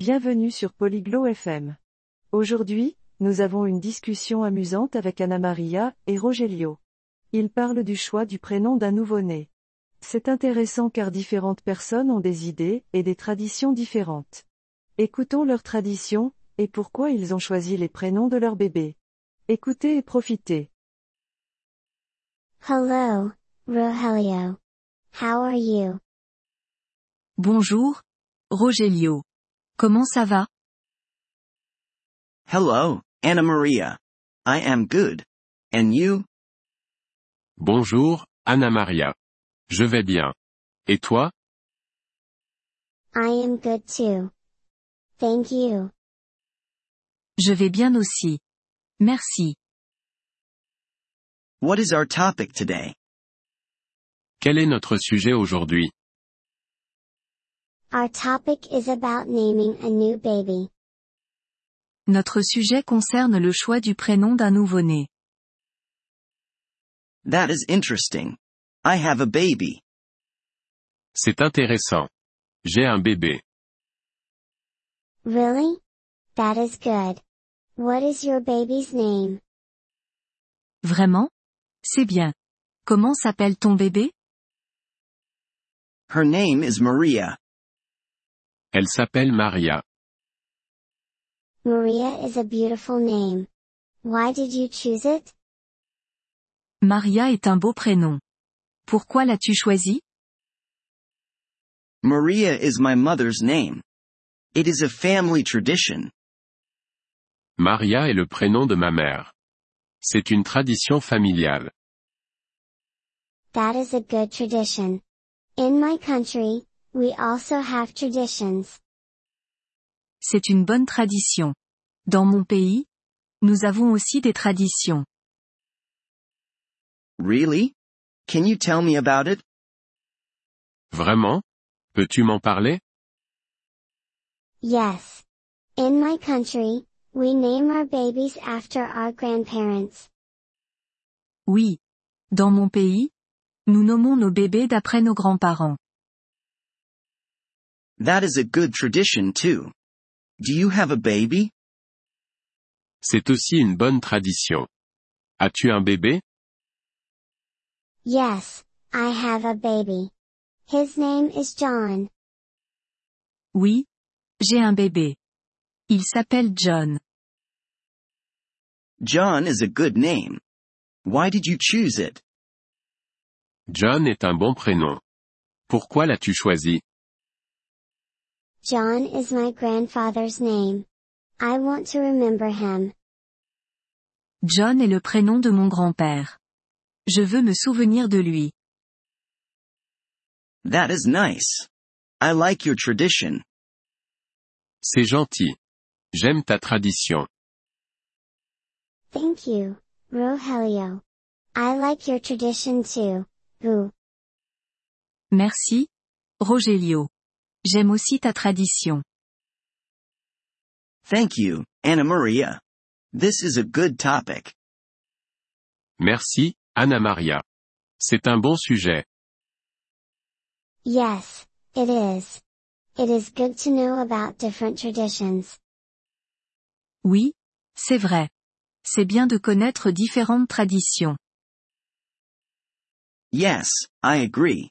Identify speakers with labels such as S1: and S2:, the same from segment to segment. S1: Bienvenue sur Polyglot FM. Aujourd'hui, nous avons une discussion amusante avec Anna Maria et Rogelio. Ils parlent du choix du prénom d'un nouveau-né. C'est intéressant car différentes personnes ont des idées et des traditions différentes. Écoutons leurs traditions et pourquoi ils ont choisi les prénoms de leur bébé. Écoutez et profitez.
S2: Hello, Rogelio. How are you?
S3: Bonjour, Rogelio. Comment ça va?
S4: Hello, Anna Maria. I am good. And you?
S5: Bonjour, Anna Maria. Je vais bien. Et toi?
S2: I am good too. Thank you.
S3: Je vais bien aussi. Merci.
S4: What is our topic today?
S5: Quel est notre sujet aujourd'hui?
S2: Our topic is about naming a new baby.
S3: Notre sujet concerne le choix du prénom d'un nouveau-né.
S4: That is interesting. I have a baby.
S5: C'est intéressant. J'ai un bébé.
S2: Really? That is good. What is your baby's name?
S3: Vraiment? C'est bien. Comment s'appelle ton bébé?
S4: Her name is Maria.
S5: Elle s'appelle Maria.
S2: Maria is a beautiful name. Why did you choose it?
S3: Maria est un beau prénom. Pourquoi l'as-tu choisi?
S4: Maria is my mother's name. It is a family tradition.
S5: Maria est le prénom de ma mère. C'est une tradition familiale.
S2: That is a good tradition. In my country, we also have traditions.
S3: C'est une bonne tradition. Dans mon pays, nous avons aussi des traditions.
S4: Really? Can you tell me about it?
S5: Vraiment? Peux-tu m'en parler?
S2: Yes. In my country, we name our babies after our grandparents.
S3: Oui. Dans mon pays, nous nommons nos bébés d'après nos grands-parents.
S4: That is a good tradition too. Do you have a baby?
S5: C'est aussi une bonne tradition. As-tu un bébé?
S2: Yes, I have a baby. His name is John.
S3: Oui. J'ai un bébé. Il s'appelle John.
S4: John is a good name. Why did you choose it?
S5: John est un bon prénom. Pourquoi l'as-tu choisi?
S2: John is my grandfather's name. I want to remember him.
S3: John est le prénom de mon grand-père. Je veux me souvenir de lui.
S4: That is nice. I like your tradition.
S5: C'est gentil. J'aime ta tradition.
S2: Thank you, Rogelio. I like your tradition too. Who?
S3: Merci. Rogelio. J'aime aussi ta tradition.
S4: Thank you, Anna Maria. This is a good topic.
S5: Merci, Anna Maria. C'est un bon sujet.
S2: Yes, it is. It is good to know about different traditions.
S3: Oui. C'est vrai. C'est bien de connaître différentes traditions.
S4: Yes, I agree.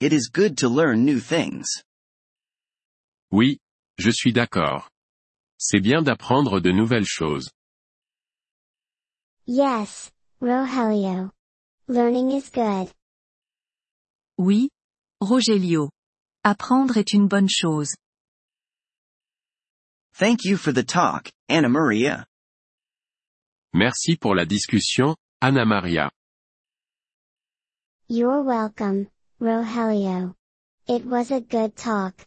S4: It is good to learn new things.
S5: Oui, je suis d'accord. C'est bien d'apprendre de nouvelles choses.
S2: Yes, Rogelio. Learning is good.
S3: Oui. Rogelio. Apprendre est une bonne chose.
S4: Thank you for the talk, Anna Maria.
S5: Merci pour la discussion, Anna Maria.
S2: You're welcome, Rogelio. It was a good talk.